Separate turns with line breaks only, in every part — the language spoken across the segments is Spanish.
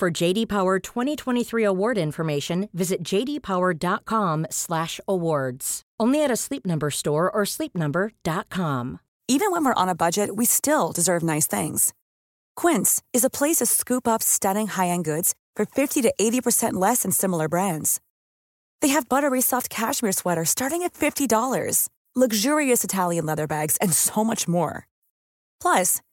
For JD Power 2023 award information, visit jdpower.com/awards. Only at a Sleep Number store or sleepnumber.com.
Even when we're on a budget, we still deserve nice things. Quince is a place to scoop up stunning high-end goods for 50 to 80% less than similar brands. They have buttery soft cashmere sweaters starting at $50, luxurious Italian leather bags, and so much more. Plus,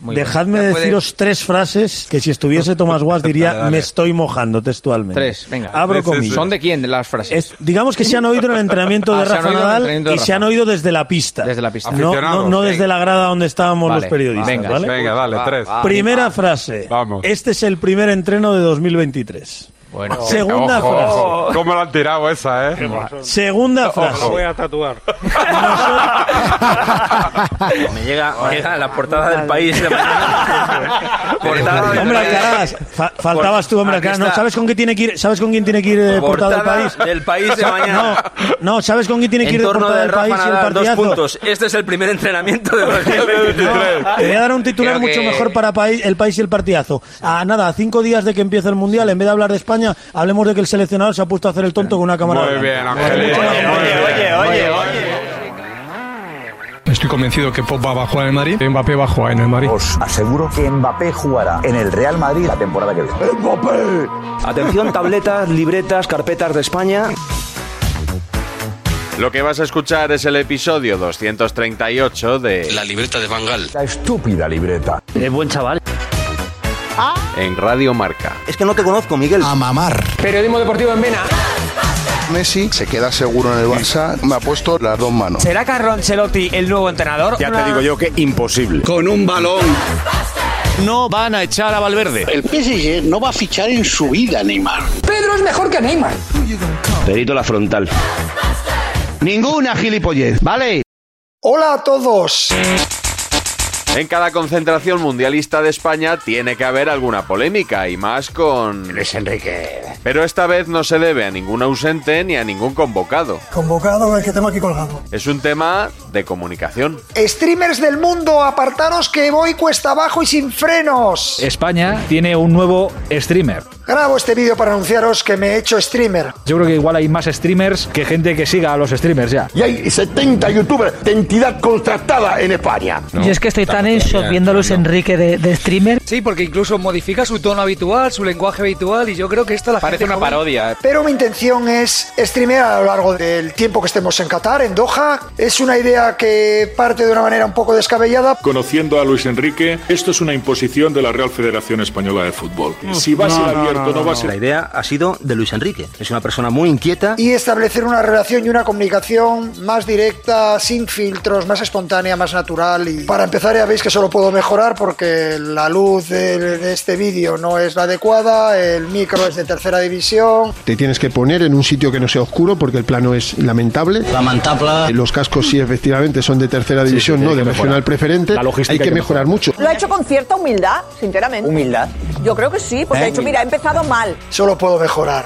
Muy bien.
Dejadme
Ya puedes-
deciros tres frases que si estuviese Tomás Guas diría
Dale, dale.
me estoy mojando textualmente.
Tres, venga.
Abro
Tres,
comillas.
¿Son de quién las frases?
Es- digamos que se han oído en el entrenamiento de
Ah, se han
Rafa
oído en el
Nadal
entrenamiento de
y se
Rafa.
han oído desde la pista.
Desde la pista.
No, no, no
Aficionados,
desde la grada donde estábamos
Vale,
los periodistas.
venga,
¿vale?
Venga, dale,
Va,
tres.
va.
Primera frase.
Vamos.
Este es el primer entreno de 2023.
Bueno,
Segunda
Ojo,
frase.
ojo. ¿Cómo lo han tirado esa, eh?
Segunda frase.
Lo voy a tatuar.
Me llega, me llega la portada del país de mañana. portada del
Hombre
país.
Alcaraz, fa- faltabas tú, hombre
Aquí
Alcaraz. No,
está.
¿sabes con quién tiene que ir? ¿Sabes con quién tiene que ir eh, portada del país?
del país de
No,
mañana.
no, ¿sabes con quién tiene que
En
ir de
torno
portada
de
del
Rafa
país y el
Nadal, dos
partidazo?
puntos. Este es el primer entrenamiento de
2023.
2023.
Te voy a dar un titular
Creo
mucho
que-
mejor para país, el país y el partidazo. A nada, a cinco días de que empiece el Mundial, en vez de hablar de España, hablemos de que el seleccionador se ha puesto a hacer el tonto con una cámara.
Muy
blanca.
bien, Angelito.
Oye,
muy bien.
oye, oye.
Estoy convencido que Pop va a jugar en el Madrid, Mbappé va a jugar en el Madrid.
Os aseguro que Mbappé jugará en el Real Madrid la temporada que viene.
Atención, tabletas, libretas, carpetas de España.
Lo que vas a escuchar es el episodio 238 de
La libreta de Bangal.
La estúpida libreta.
Es buen chaval.
Ah. En Radio Marca.
Es que no te conozco, Miguel.
Periodismo deportivo en Vena.
Messi se queda seguro en el Barça. Me ha puesto las dos manos.
¿Será Carlo Ancelotti el nuevo entrenador? Ya te digo yo.
Con un balón.
No van a echar a Valverde.
El PSG no va a fichar en su vida, Neymar.
Pedro es mejor que Neymar.
Perito la frontal.
Ninguna gilipollez, ¿vale? Hola a todos.
En cada concentración mundialista de España tiene que haber alguna polémica y más con...
Luis Enrique.
Pero esta vez no se debe a ningún ausente ni a ningún convocado.
Convocado el que tengo aquí colgado.
Es un tema de comunicación.
Streamers del mundo, apartaros que voy cuesta abajo y sin frenos.
España tiene un nuevo streamer.
Grabo este vídeo para anunciaros que me he hecho streamer.
Yo creo que igual hay más streamers que gente que siga a los streamers ya.
Y hay 70 youtubers de entidad contratada en España.
Yo es que estoy tan en shock viendo a Luis Enrique de, streamer.
Sí, porque incluso modifica su tono habitual, su lenguaje habitual, y yo creo que esto la
parece una parodia.
Pero mi intención es streamear a lo largo del tiempo que estemos en Qatar, en Doha. Es una idea que parte de una manera un poco descabellada.
Conociendo a Luis Enrique, esto es una imposición de la Real Federación Española de Fútbol. Si va a ser abierto, no, va a ser
La idea ha sido de Luis Enrique. Es una persona muy inquieta.
Y establecer una relación y una comunicación más directa, sin filtros, más espontánea, más natural. Y para empezar ya veis que solo puedo mejorar porque la luz de, de este vídeo no es la adecuada, el micro es de tercera división.
Te tienes que poner en un sitio que no sea oscuro porque el plano es lamentable.
Lamentable.
Los cascos sí efectivamente son de tercera división, no de nacional preferente. hay que mejorar mucho.
Lo ha hecho con cierta humildad, sinceramente. ¿Humildad? Yo creo que sí,
Eh,
porque ha dicho, mira, he empezado mal.
Solo puedo mejorar.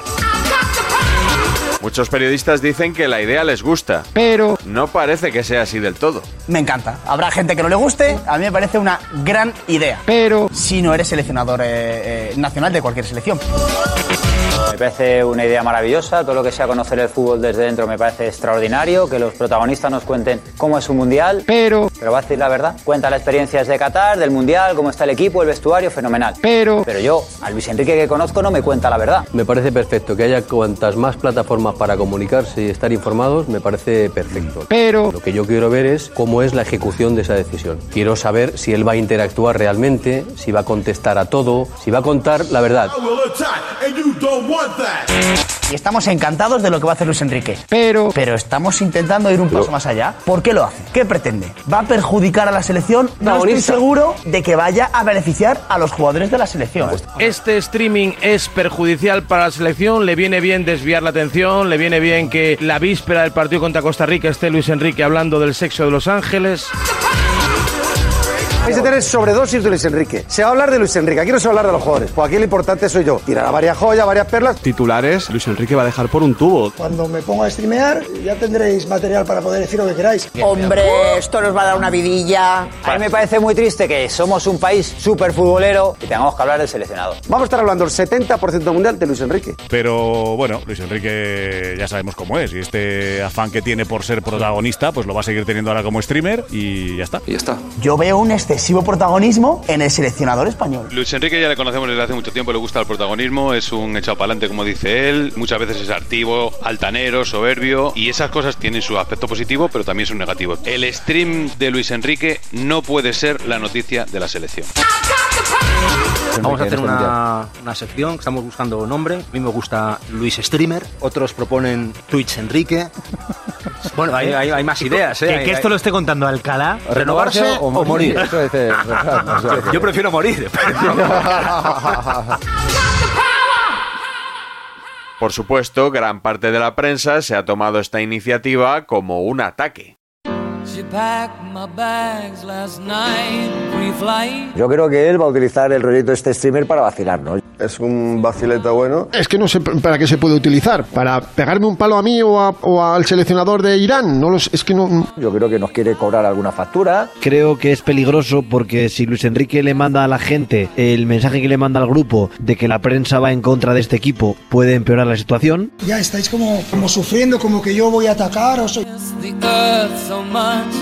Muchos periodistas dicen que la idea les gusta.
Pero
No parece que sea así del todo.
Me encanta. Habrá gente que no le guste. A mí me parece una gran idea. Pero. Si no eres seleccionador eh, eh, nacional de cualquier selección.
Me parece una idea maravillosa, todo lo que sea conocer el fútbol desde dentro me parece extraordinario, que los protagonistas nos cuenten cómo es un mundial. Pero... Pero va a decir la verdad, cuenta las experiencias de Qatar, del mundial, cómo está el equipo, el vestuario, fenomenal.
Pero-
Pero yo, al Luis Enrique que conozco, no me cuenta la verdad.
Me parece perfecto que haya cuantas más plataformas para comunicarse y estar informados, me parece perfecto. Pero lo que yo quiero ver es cómo es la ejecución de esa decisión. Quiero saber si él va a interactuar realmente, si va a contestar a todo, si va a contar la verdad.
Y estamos encantados de lo que va a hacer Luis Enrique. Pero. Pero estamos intentando ir un paso más allá. ¿Por qué lo hace? ¿Qué pretende? ¿Va a perjudicar a la selección? No estoy
Protagonista.
seguro de que vaya a beneficiar a los jugadores de la selección.
Este streaming es perjudicial para la selección, le viene bien desviar la atención, le viene bien que la víspera del partido contra Costa Rica esté Luis Enrique hablando del sexo de Los Ángeles.
Vais a tener sobredosis de Luis Enrique. Se va a hablar de Luis Enrique. Aquí no se va a hablar de los jugadores. Pues aquí lo importante soy yo. Tirar a varias joyas, varias perlas.
Titulares, Luis Enrique va a dejar por un tubo.
Cuando me pongo a streamear, ya tendréis material para poder decir lo que queráis.
Hombre, esto nos va a dar una vidilla.
A mí me parece muy triste que somos un país súper futbolero y tengamos que hablar del seleccionado.
Vamos a estar hablando el 70% mundial de Luis Enrique.
Pero bueno, Luis Enrique ya sabemos cómo es y este afán que tiene por ser protagonista, pues lo va a seguir teniendo ahora como streamer y ya está. Y ya está.
Yo veo un excesivo protagonismo en el seleccionador español.
Luis Enrique ya le conocemos desde hace mucho tiempo, le gusta el protagonismo, es un echado para adelante como dice él, muchas veces es activo, altanero, soberbio y esas cosas tienen su aspecto positivo pero también su negativo. El stream de Luis Enrique no puede ser la noticia de la selección.
Vamos a
en
hacer
este
una, una sección, estamos buscando nombre. A mí me gusta Luis Streamer, otros proponen Twitch Enrique. Bueno, hay, hay- hay más ideas, ¿eh?
Que,
Hay-
que
hay-
esto lo esté contando Alcalá.
¿Renovarse o morir?
Eso dice- o sea, que-
Yo prefiero morir.
Por supuesto, gran parte de la prensa se ha tomado esta iniciativa como un ataque.
She packed my bags last night, pre-flight.
Yo creo que él va a utilizar el rollito de este streamer para vacilarnos. Es un vacileta bueno.
Es que no sé para qué se puede utilizar. ¿Para pegarme un palo a mí o, a- o al seleccionador de Irán? No lo sé, es que no... Yo creo que nos quiere cobrar alguna factura.
Creo que es peligroso porque si Luis Enrique le manda a la gente el mensaje que le manda al grupo de que la prensa va en contra de este equipo, puede empeorar la situación.
Ya estáis como, como sufriendo, como que yo voy a atacar o soy...
The earth so much,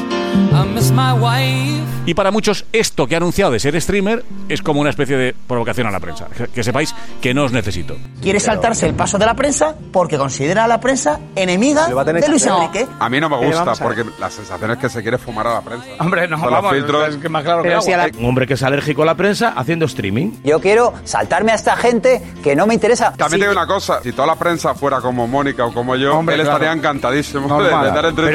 I miss my wife.
Y para muchos esto que ha anunciado de ser streamer es como una especie de provocación a la prensa. Que- Que sepáis que no os necesito.
Quiere saltarse el paso de la prensa porque considera a la prensa enemiga
va a tener
de
que
Luis
hacer.
Enrique.
A mí no me
Eh,
Pero
gusta,
vamos a ver.
porque la sensación es que se quiere fumar a la prensa.
Hombre, no,
Con los
vamos,
filtros.
es que más claro que
Pero
agua.
si a la-
Un hombre que es alérgico a la prensa haciendo streaming.
Yo quiero saltarme a esta gente que no me interesa.
También te digo una cosa, si toda la prensa fuera como Mónica o como yo,
Hombre,
él
claro.
estaría encantadísimo de, de dar entre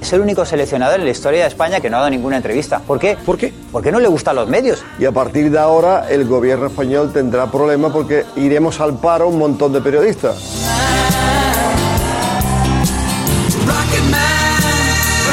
Es el único seleccionador en la historia de España que no ha dado ninguna entrevista. ¿Por qué? ¿Por qué? Porque no le gustan los medios.
Y a partir de ahora el gobierno español tendrá problemas porque iremos al paro un montón de periodistas.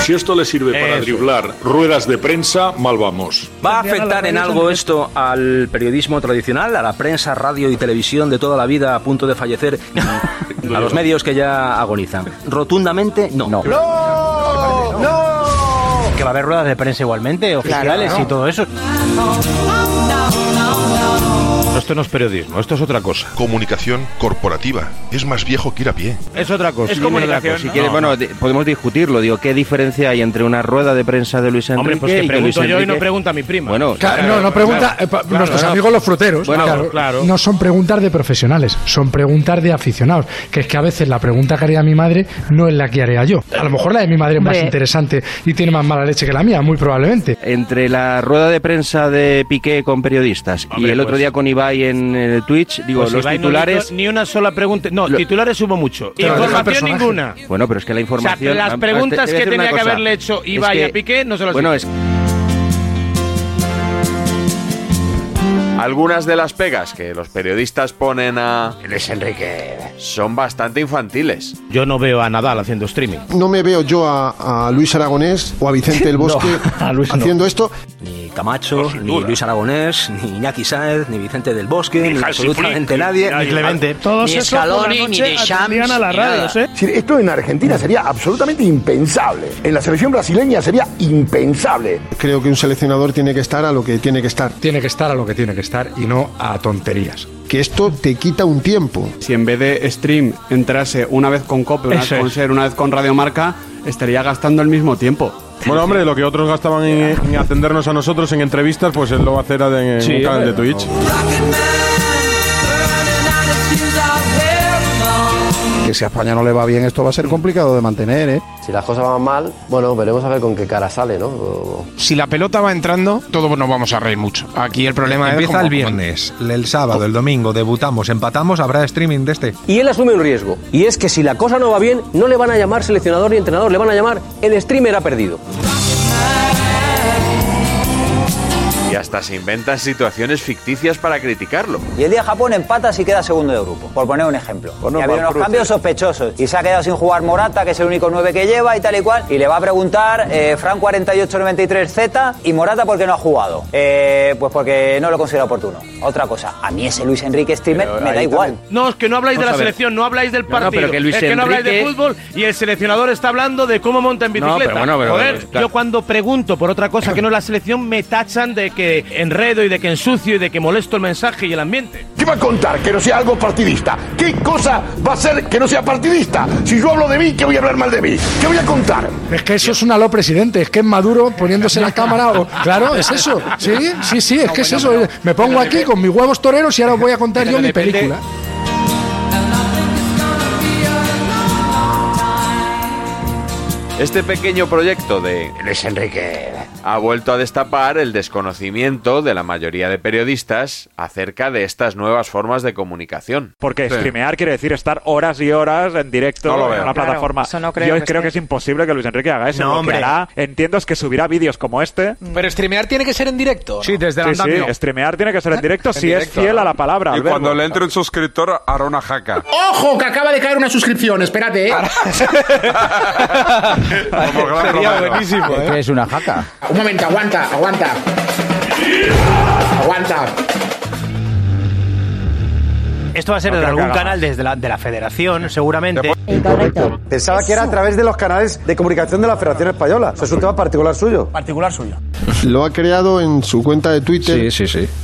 Si esto le sirve para driblar ruedas de prensa, mal vamos.
¿Va a afectar en algo esto al periodismo tradicional, a la prensa, radio y televisión de toda la vida a punto de fallecer, a los medios que ya agonizan? Rotundamente, no. No.
Que va a haber ruedas de prensa igualmente, oficiales claro. y todo eso.
Esto no es periodismo, esto es otra cosa. Comunicación corporativa. Es más viejo que ir a pie. Es otra cosa.
Es comunicación,
Si
¿no?
quieres,
No.
bueno, di- podemos discutirlo. Digo, ¿qué diferencia hay entre una rueda de prensa de Luis Enrique
Hombre, pues
y
que
que Luis
pregunto yo y no
Enrique-
pregunta mi prima.
Bueno,
Claro, no, no pregunta. eh, pa-
claro,
nuestros
claro.
amigos los fruteros.
Bueno,
claro,
claro.
No son preguntas de profesionales, son preguntas de aficionados. Que es que a veces la pregunta que haría mi madre no es la que haría yo. A lo mejor la de mi madre es más
Hombre.
interesante y tiene más mala leche que la mía, muy probablemente.
Entre la rueda de prensa de Piqué con periodistas y el otro día con Ibai en eh, Twitch, digo,
Pues
los
Ibai no
titulares.
hizo ni una sola pregunta. No, titulares hubo mucho.
Pero deja
Información
personaje.
ninguna.
Bueno, pero es que la
O sea,
información.
las
am- te- te
preguntas
voy a
que
decir una
tenía que
cosa.
haberle hecho
Es
Ibai
que-
a Piqué no se las
Bueno,
hizo.
es
Algunas de las pegas que los periodistas ponen a Luis Enrique son bastante infantiles.
Yo no veo a Nadal haciendo streaming.
No me veo yo a, a Luis Aragonés o a Vicente el Bosque
No, a Luis no.
haciendo esto.
Ni Camacho, ni Luis Aragonés, ni Iñaki Sáez, ni Vicente del Bosque, ni,
Hansi
absolutamente
Flick,
nadie.
ni Clemente.
Todos ni Scaloni, ni Deschamps, ni nada.
¿eh?
¿eh?
Esto en Argentina sería absolutamente impensable. En la selección brasileña sería impensable.
Creo que un seleccionador tiene que estar a lo que tiene que estar. Tiene que estar a lo que tiene que estar y no a tonterías.
que esto te quita un tiempo.
Si en vez de stream entrase una vez con COPE, una
Eso
vez con
es.
SER, una vez con Radiomarca, estaría gastando el mismo tiempo.
Bueno, hombre, lo que otros gastaban en, en atendernos a nosotros en entrevistas, pues él lo va a hacer en, en
Sí,
un canal de
hombre.
Twitch.
Que si a España no le va bien, esto va a ser complicado de mantener, ¿eh?
Si las cosas van mal, bueno, veremos a ver con qué cara sale, ¿no? O-
Si la pelota va entrando, todos nos vamos a reír mucho. Aquí el problema es
Empieza
cómo-
el viernes, el sábado, el domingo, debutamos, empatamos, habrá streaming de este.
Y él asume un riesgo, y es que si la cosa no va bien, no le van a llamar seleccionador ni entrenador, le van a llamar el streamer ha perdido.
Y hasta se inventan situaciones ficticias para criticarlo.
Y el día Japón empata si queda segundo de grupo, por poner un ejemplo.
Pues
no,
y ha habido
mal
unos
cruce.
eh.
cambios sospechosos. Y se ha quedado sin jugar Morata, que es el único 9 que lleva y tal y cual. Y le va a preguntar eh, Fran 4893Z y Morata por qué no ha jugado. Eh, pues porque no lo considera oportuno. Otra cosa, a mí ese Luis Enrique streamer me da igual.
No, es que no habláis de
Vamos
la
a ver.
selección, no habláis del
No, no,
partido.
pero que Luis
es que no habláis de
Enrique-
fútbol y el seleccionador está hablando de cómo monta en
No,
bicicleta.
pero bueno, pero-
Joder,
claro.
yo cuando pregunto por otra cosa que no es la selección me tachan de que enredo y de que ensucio y de que molesto el mensaje y el ambiente.
¿Qué va a contar que no sea algo partidista? ¿Qué cosa va a ser que no sea partidista? Si yo hablo de mí, ¿qué voy a hablar mal de mí? ¿Qué voy a contar?
Es que eso es un aló presidente, es que es Maduro poniéndose la cámara. o- claro, es eso. Sí, sí, sí, es que es eso. Me pongo aquí con mis huevos toreros y ahora os voy a contar yo mi película.
Este pequeño proyecto de Luis Enrique ha vuelto a destapar el desconocimiento de la mayoría de periodistas acerca de estas nuevas formas de comunicación.
Porque
Sí.
streamear quiere decir estar horas y horas en directo
No lo veo.
en una
Claro,
plataforma.
eso no creo
Yo
que
creo
esté.
que es imposible que Luis Enrique haga eso.
No,
Lo que
hombre.
hará, entiendo es que subirá vídeos como este.
Pero streamear tiene que ser en directo.
Sí, desde
el
sí,
andamio.
streamear tiene que ser en directo
En
si es
directo,
fiel
¿no?
a la palabra.
Y
al verbo.
cuando le entre un suscriptor, hará una jaca.
¡Ojo! Que acaba de caer una suscripción, espérate, ¿eh?
Como gran Romero.
¿eh?
¿Qué es una jaca? Un momento, aguanta, aguanta. Aguanta.
Esto va a ser
No
de
creo que
algún
haga
canal desde la, de la federación, seguramente.
Pensaba que era a través de los canales de comunicación de la Federación Española. Eso es un tema particular suyo.
Particular suyo.
Lo ha creado en su cuenta de Twitter,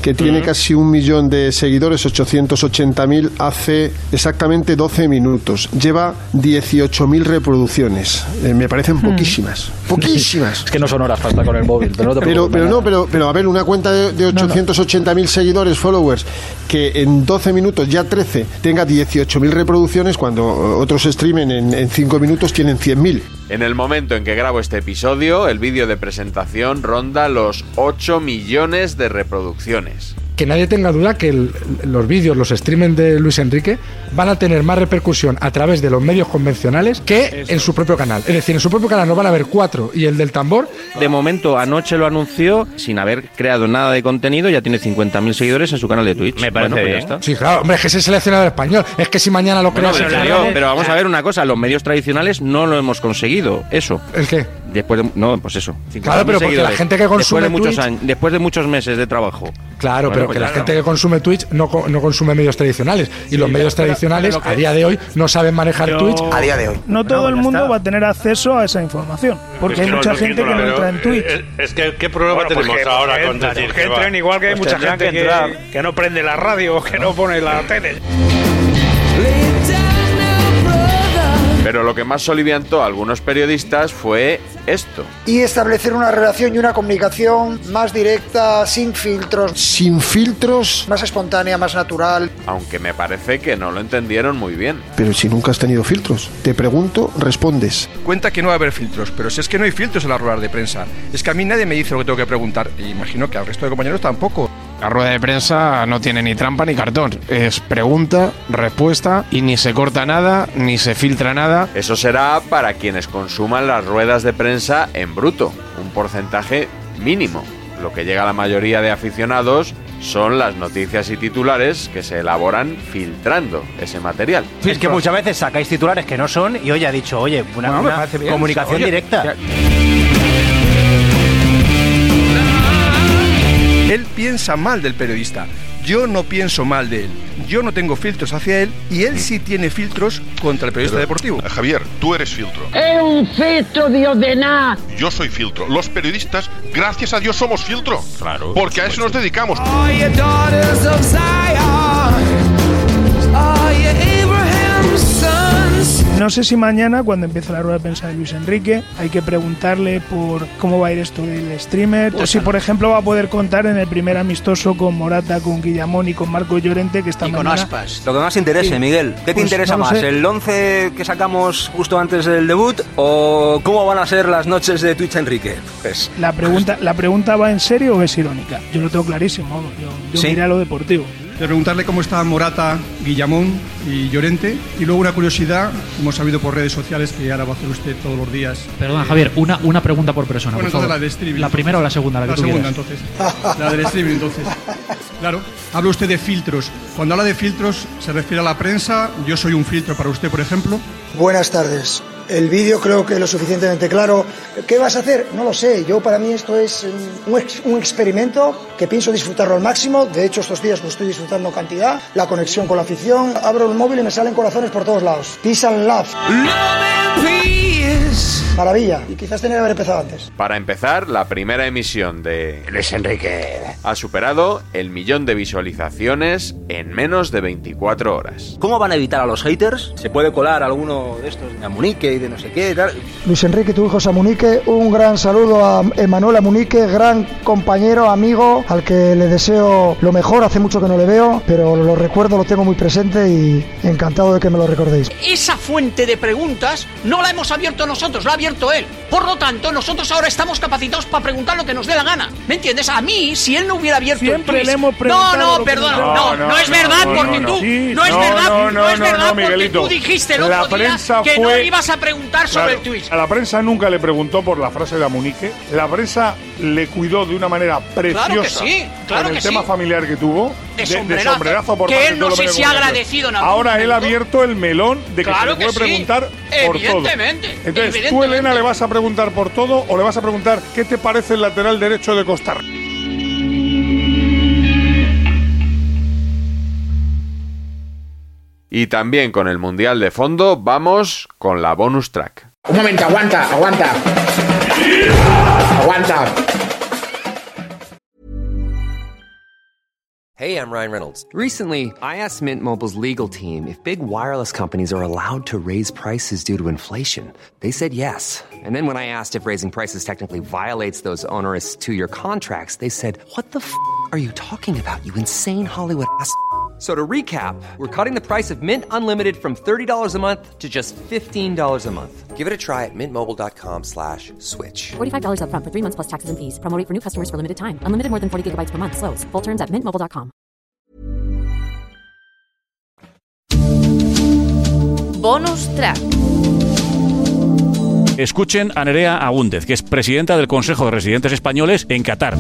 que tiene casi un millón de seguidores, 880.000, hace exactamente 12 minutos. Lleva 18.000 reproducciones. Eh, me parecen
Hmm.
poquísimas. Poquísimas.
Es que no son horas para estar con el móvil, pero no te
Pero,
preocupes,
pero
nada.
no, pero, pero a ver, una cuenta de, de 880.000 seguidores, followers, que en 12 minutos, ya 13, tenga 18.000 reproducciones, cuando eh, otros streamen en, en 5 minutos tienen 100.000.
En el momento en que grabo este episodio, el vídeo de presentación ronda los 8 millones de reproducciones.
Que nadie tenga duda que el- los vídeos, los streaming de Luis Enrique van a tener más repercusión a través de los medios convencionales que en su propio canal. Es decir, en su propio canal nos van a ver cuatro y el del tambor
De momento, anoche lo anunció sin haber creado nada de contenido. Ya tiene 50.000 seguidores en su canal de Twitch. pues Me parece bien.
Sí, claro, hombre, es que es el seleccionador español. Es que si mañana lo
Bueno,
creas.
pero,
el
salió-
canal-
pero vamos a ver una cosa, los medios tradicionales no lo hemos conseguido, eso.
¿El qué?
Después de- no, pues eso. 50.000
Claro, pero porque la
seguidores.
gente que consume
después de muchos
Twitch-
años- después de muchos meses de trabajo.
Claro,
Bueno,
pero
pues
que la
claro.
gente que consume Twitch no, co- no consume medios tradicionales. Y los medios tradicionales, a día de hoy, no saben manejar Twitch.
No todo el mundo va a tener acceso a esa información, porque hay mucha gente que no entra en Twitch.
eh, Es que, ¿qué problema
eh, Bueno, pues
tenemos
que-
ahora
pues que
con
entran,
decir
que
va?
entren igual que hay
Pues
mucha
tendrán
gente
que entrar.
que, que no prende la radio, que no pone la tele.
Pero lo que más soliviantó a algunos periodistas fue esto.
Y establecer una relación y una comunicación más directa, sin filtros.
Sin filtros.
Más espontánea, más natural.
Aunque me parece que no lo entendieron muy bien.
Pero si nunca has tenido filtros, te pregunto, respondes.
Cuenta que no va a haber filtros, pero si es que no hay filtros en la rueda de prensa. Es que a mí nadie me dice lo que tengo que preguntar, e imagino que al resto de compañeros tampoco.
La rueda de prensa no tiene ni trampa ni cartón. Es pregunta, respuesta y ni se corta nada, ni se filtra nada.
Eso será para quienes consuman las ruedas de prensa en bruto, un porcentaje mínimo. Lo que llega a la mayoría de aficionados son las noticias y titulares que se elaboran filtrando ese material.
Es que muchas veces sacáis titulares que no son y hoy ha dicho, oye, una,
Bueno, me
una
parece bien.
comunicación
Oye,
directa.
Él piensa mal del periodista. Yo no pienso mal de él. Yo no tengo filtros hacia él y él sí tiene filtros contra el periodista deportivo. Javier, tú eres filtro.
¡Es un feto de ordenar!
Yo soy filtro. Los periodistas, gracias a Dios, somos filtro. Claro. Porque a eso nos dedicamos.
daughters of Zion.
sé si mañana, cuando empiece la rueda de prensa de Luis Enrique, hay que preguntarle por cómo va a ir esto del streamer.
Pues,
si,
ah.
por ejemplo, va a poder contar en el primer amistoso con Morata, con Guillamón y con Marco Llorente, que está
Con
mañana-
aspas. Lo que más te interese,
Sí.
Miguel. ¿Qué te
Pues
interesa
no lo
más?
sé.
¿El 11 que sacamos justo antes del debut? ¿O cómo van a ser las noches de Twitch Enrique? Pues,
La pregunta, la pregunta va en serio o es irónica. Yo lo tengo clarísimo, vamos, yo, yo
Sí.
miré a lo deportivo.
De preguntarle cómo está Morata, Guillamón y Llorente. Y luego una curiosidad, hemos sabido por redes sociales que ahora va a hacer usted todos los días.
Perdona,
Eh,
Javier, una, una pregunta por persona.
Bueno,
por
entonces
favor.
la de streaming.
La primera o la segunda, la que
La
tú
segunda,
quieras.
entonces. La del streaming, entonces. Claro. Habla usted de filtros. Cuando habla de filtros, se refiere a la prensa. Yo soy un filtro para usted, por ejemplo.
Buenas tardes. El vídeo creo que lo suficientemente claro. ¿Qué vas a hacer? No lo sé. Yo para mí esto es mm, un, ex- un experimento que pienso disfrutarlo al máximo. De hecho, estos días lo estoy disfrutando cantidad. La conexión con la afición. Abro el móvil y me salen corazones por todos lados. Peace and love. Maravilla. Y quizás tenía que haber empezado antes.
Para empezar, la primera emisión de Luis Enrique ha superado el millón de visualizaciones en menos de 24 horas.
¿Cómo van a evitar a los haters? ¿Se puede colar alguno de estos de Amunique y de no sé qué? y tal?
Luis Enrique, tu hijo Samunique, un gran saludo a Emanuel Amunique, gran compañero, amigo, al que le deseo lo mejor, hace mucho que no le veo, pero lo recuerdo, lo tengo muy presente y encantado de que me lo recordéis.
Esa fuente de preguntas no la hemos abierto nosotros, la ha abierto él. Por lo tanto, nosotros ahora estamos capacitados para preguntar lo que nos dé la gana. ¿Me entiendes? A mí, si él no hubiera abierto el
Siempre
Twitch-
le hemos preguntado
No,
lo
no,
que
perdona,
nos
no,
da la
no,
gana.
es verdad
No, no,
porque
no,
tú,
sí,
no es
no,
verdad,
no,
no,
no,
es
no,
verdad
no,
porque
Miguelito.
tú dijiste el
La
otro día
prensa
que no
fue-
ibas a preguntar sobre
Claro,
el Twitch.
A la prensa nunca le preguntó por la frase de Amunique. La prensa le cuidó de una manera preciosa
Claro que sí, claro
con el
que
tema
sí.
familiar que tuvo.
De sombrerazo.
sombrerazo por
Que
parte
él
de
no
todo lo
sé si
tenía
ha
que hacer.
agradecido en algún
Ahora él ha
momento.
abierto el melón de que
Claro
se le
que
puede
sí.
preguntar por todo.
Evidentemente,
Entonces, ¿tú,
evidentemente.
Elena, le vas a preguntar por todo o le vas a preguntar qué te parece el lateral derecho de Costa Rica?
Y también con el Mundial de fondo, vamos con la bonus track.
Un momento, aguanta, aguanta. Aguanta.
Hey, I'm Ryan Reynolds. Recently, I asked Mint Mobile's legal team if big wireless companies are allowed to raise prices due to inflation. They said yes. And then when I asked if raising prices technically violates those onerous two year contracts, they said, What the f are you talking about, you insane Hollywood ass? f- So to recap, we're cutting the price of Mint Unlimited from $30 a month to just $15 a month. Give it a try at mintmobile.com slash switch.
$45 up front for three months plus taxes and fees. Promoting for new customers for limited time. Unlimited more than 40 gigabytes per month. Slows. Full terms at mintmobile.com.
Bonus track.
Escuchen a Nerea Agúndez, que es presidenta del Consejo de Residentes Españoles en Qatar.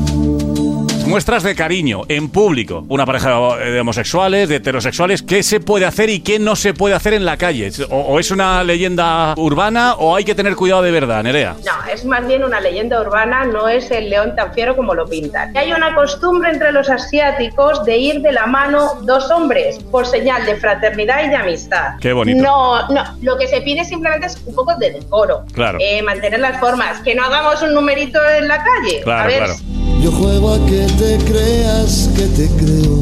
Muestras de cariño en público. Una pareja eh, de homosexuales, de heterosexuales. ¿Qué se puede hacer y qué no se puede hacer en la calle? O, o es una leyenda urbana o hay que tener cuidado de verdad, Nerea?
No, es más bien una leyenda urbana, no es el león tan fiero como lo pintan. Y hay una costumbre entre los asiáticos de ir de la mano dos hombres por señal de fraternidad y de amistad.
Qué bonito.
No, no, lo que se pide simplemente es un poco de decoro.
Claro.
Eh, mantener las formas, que no hagamos un numerito en la calle.
Claro,
A ver,
claro.
Yo juego a que te creas que te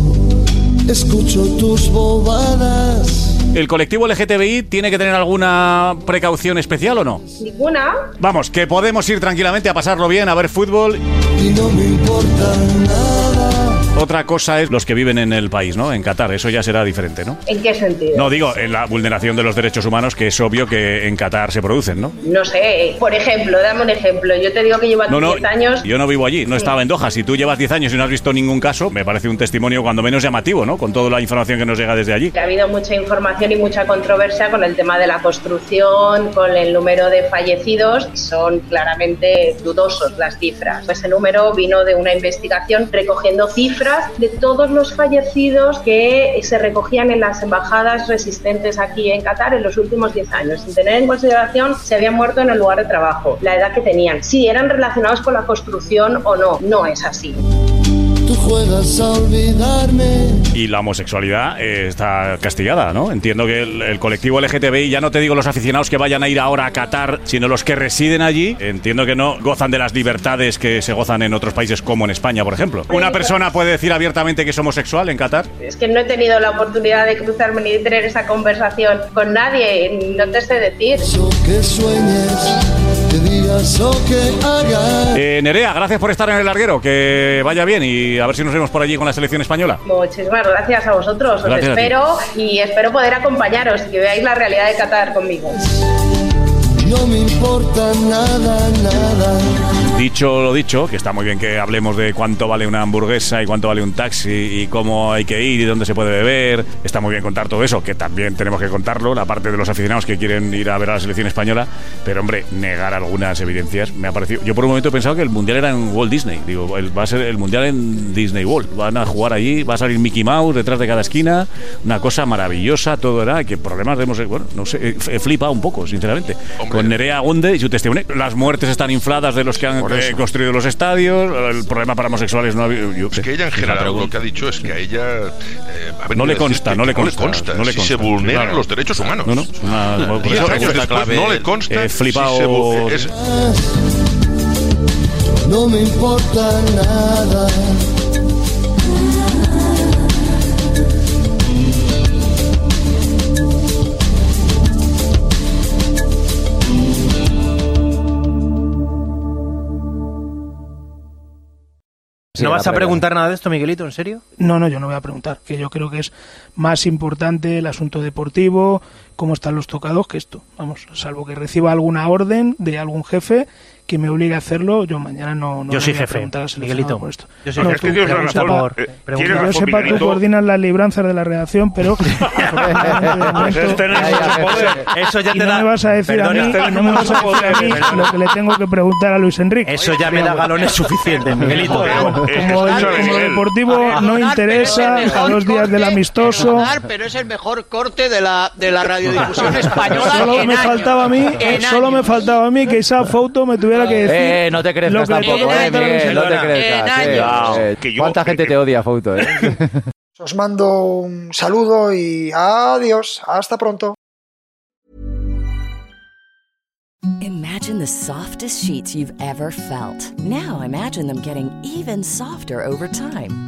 creo. Escucho tus bobadas.
¿El colectivo LGTBI tiene que tener alguna precaución especial o no?
ninguna.
Vamos, que podemos ir tranquilamente a pasarlo bien, a ver fútbol.
Y no me importa nada.
Otra cosa es los que viven en el país, ¿no? En Qatar, eso ya será diferente, ¿no?
¿En qué sentido?
No, digo, en la vulneración de los derechos humanos, que es obvio que en Qatar se producen, ¿no?
No sé, por ejemplo, dame un ejemplo. Yo te digo que llevo aquí
No, no,
10 años.
yo no vivo allí, no estaba en Doha. Si tú llevas 10 años y no has visto ningún caso, me parece un testimonio cuando menos llamativo, ¿no? Con toda la información que nos llega desde allí.
Ha habido mucha información y mucha controversia con el tema de la construcción, con el número de fallecidos. Son claramente dudosos las cifras. Ese número vino de una investigación recogiendo cifras de todos los fallecidos que se recogían en las embajadas resistentes aquí en Qatar en los últimos 10 años, sin tener en consideración si habían muerto en el lugar de trabajo, la edad que tenían, si eran relacionados con la construcción o no. No es así.
tú juegas a olvidarme.
Y la homosexualidad eh, está castigada, ¿no? Entiendo que el, el colectivo LGTBI, ya no te digo los aficionados que vayan a ir ahora a Qatar, sino los que residen allí, entiendo que no gozan de las libertades que se gozan en otros países como en España, por ejemplo. ¿Una persona puede decir abiertamente que es homosexual en Qatar?
Es que no he tenido la oportunidad de cruzarme ni de tener esa conversación con nadie, no te sé decir.
Que sueñes, que digas o que hagas.
Eh, Nerea, gracias por estar en el larguero, que vaya bien y a ver si nos vemos por allí con la selección española.
Muchísimas gracias a vosotros, os
Gracias a ti.
espero y espero poder acompañaros y que veáis la realidad de Qatar conmigo.
No me importa nada, nada.
Dicho lo dicho, que está muy bien que hablemos de cuánto vale una hamburguesa y cuánto vale un taxi y cómo hay que ir y dónde se puede beber. Está muy bien contar todo eso, que también tenemos que contarlo, la parte de los aficionados que quieren ir a ver a la selección española. Pero hombre, negar algunas evidencias me ha parecido. Yo por un momento he pensado que el mundial era en Walt Disney. Digo, el- Pues va a ser el mundial en Disney World. Van a jugar allí, va a salir Mickey Mouse detrás de cada esquina. Una cosa maravillosa, todo era. Que problemas de hemos. eh, Bueno, no sé, he flipado un poco, sinceramente. Con Nerea Agunde y su testimonio. Las muertes están infladas de los que han
Por
eh,
eso.
construido los estadios. El problema para homosexuales no ha habido. yo sé.
Que ella en general lo que ha dicho es que a ella eh, ha venido
No le
a decir
consta,
que-
no le
que
consta, no le
si se
consta.
vulneran
Claro.
los derechos humanos.
No, no, es una-
Diez
por eso-
años
por eso-
después no le consta
He
si
flipado-
se vu- eh, es-
No me importa nada.
¿No vas a
la
preguntar nada de esto, Miguelito? ¿En serio?
No, no, yo no voy a preguntar, que yo creo que es más importante el asunto deportivo, cómo están los tocados, que esto. Vamos, salvo que reciba alguna orden de algún jefe que me obligue a hacerlo, yo mañana no, no
Yo
le
soy
voy a
jefe,
preguntar al seleccionado
Miguelito.
por esto.
Yo soy
No,
jefe.
tú,
Tienes
que
razón,
yo sepa-
por favor.
Eh, que
Tienes
yo
razón,
sepa, tú
Miguelito.
coordinas las libranzas de la redacción, pero... afortunadamente, de momento,
Eso ya
y
te
no
da.
me vas a decir a
Perdona,
mí, y no me vas a decir a mí
perdona.
lo que le tengo que preguntar a Luis Enrique.
Eso ya me da galones suficientes, Miguelito.
Como, como
Ah.
deportivo no interesa, a dos días del amistoso.
Ganar, pero es el mejor corte de la, de la radiodifusión española.
Solo
en
me
años.
faltaba a mí, eh,
En
solo me faltaba a mí que esa foto me tuviera que decir.
Eh, eh, no te
lo
crezcas
que le
tampoco,
tengo
eh,
que contar a Luis
Miguel, no te
Enrique.
crezcas. eh.
años.
Eh, ¿Cuánta gente te odia, Fouto? eh?
Os mando un saludo y adiós. Hasta pronto.
Imagine the softest sheets you've ever felt. Now imagine them getting even softer over time.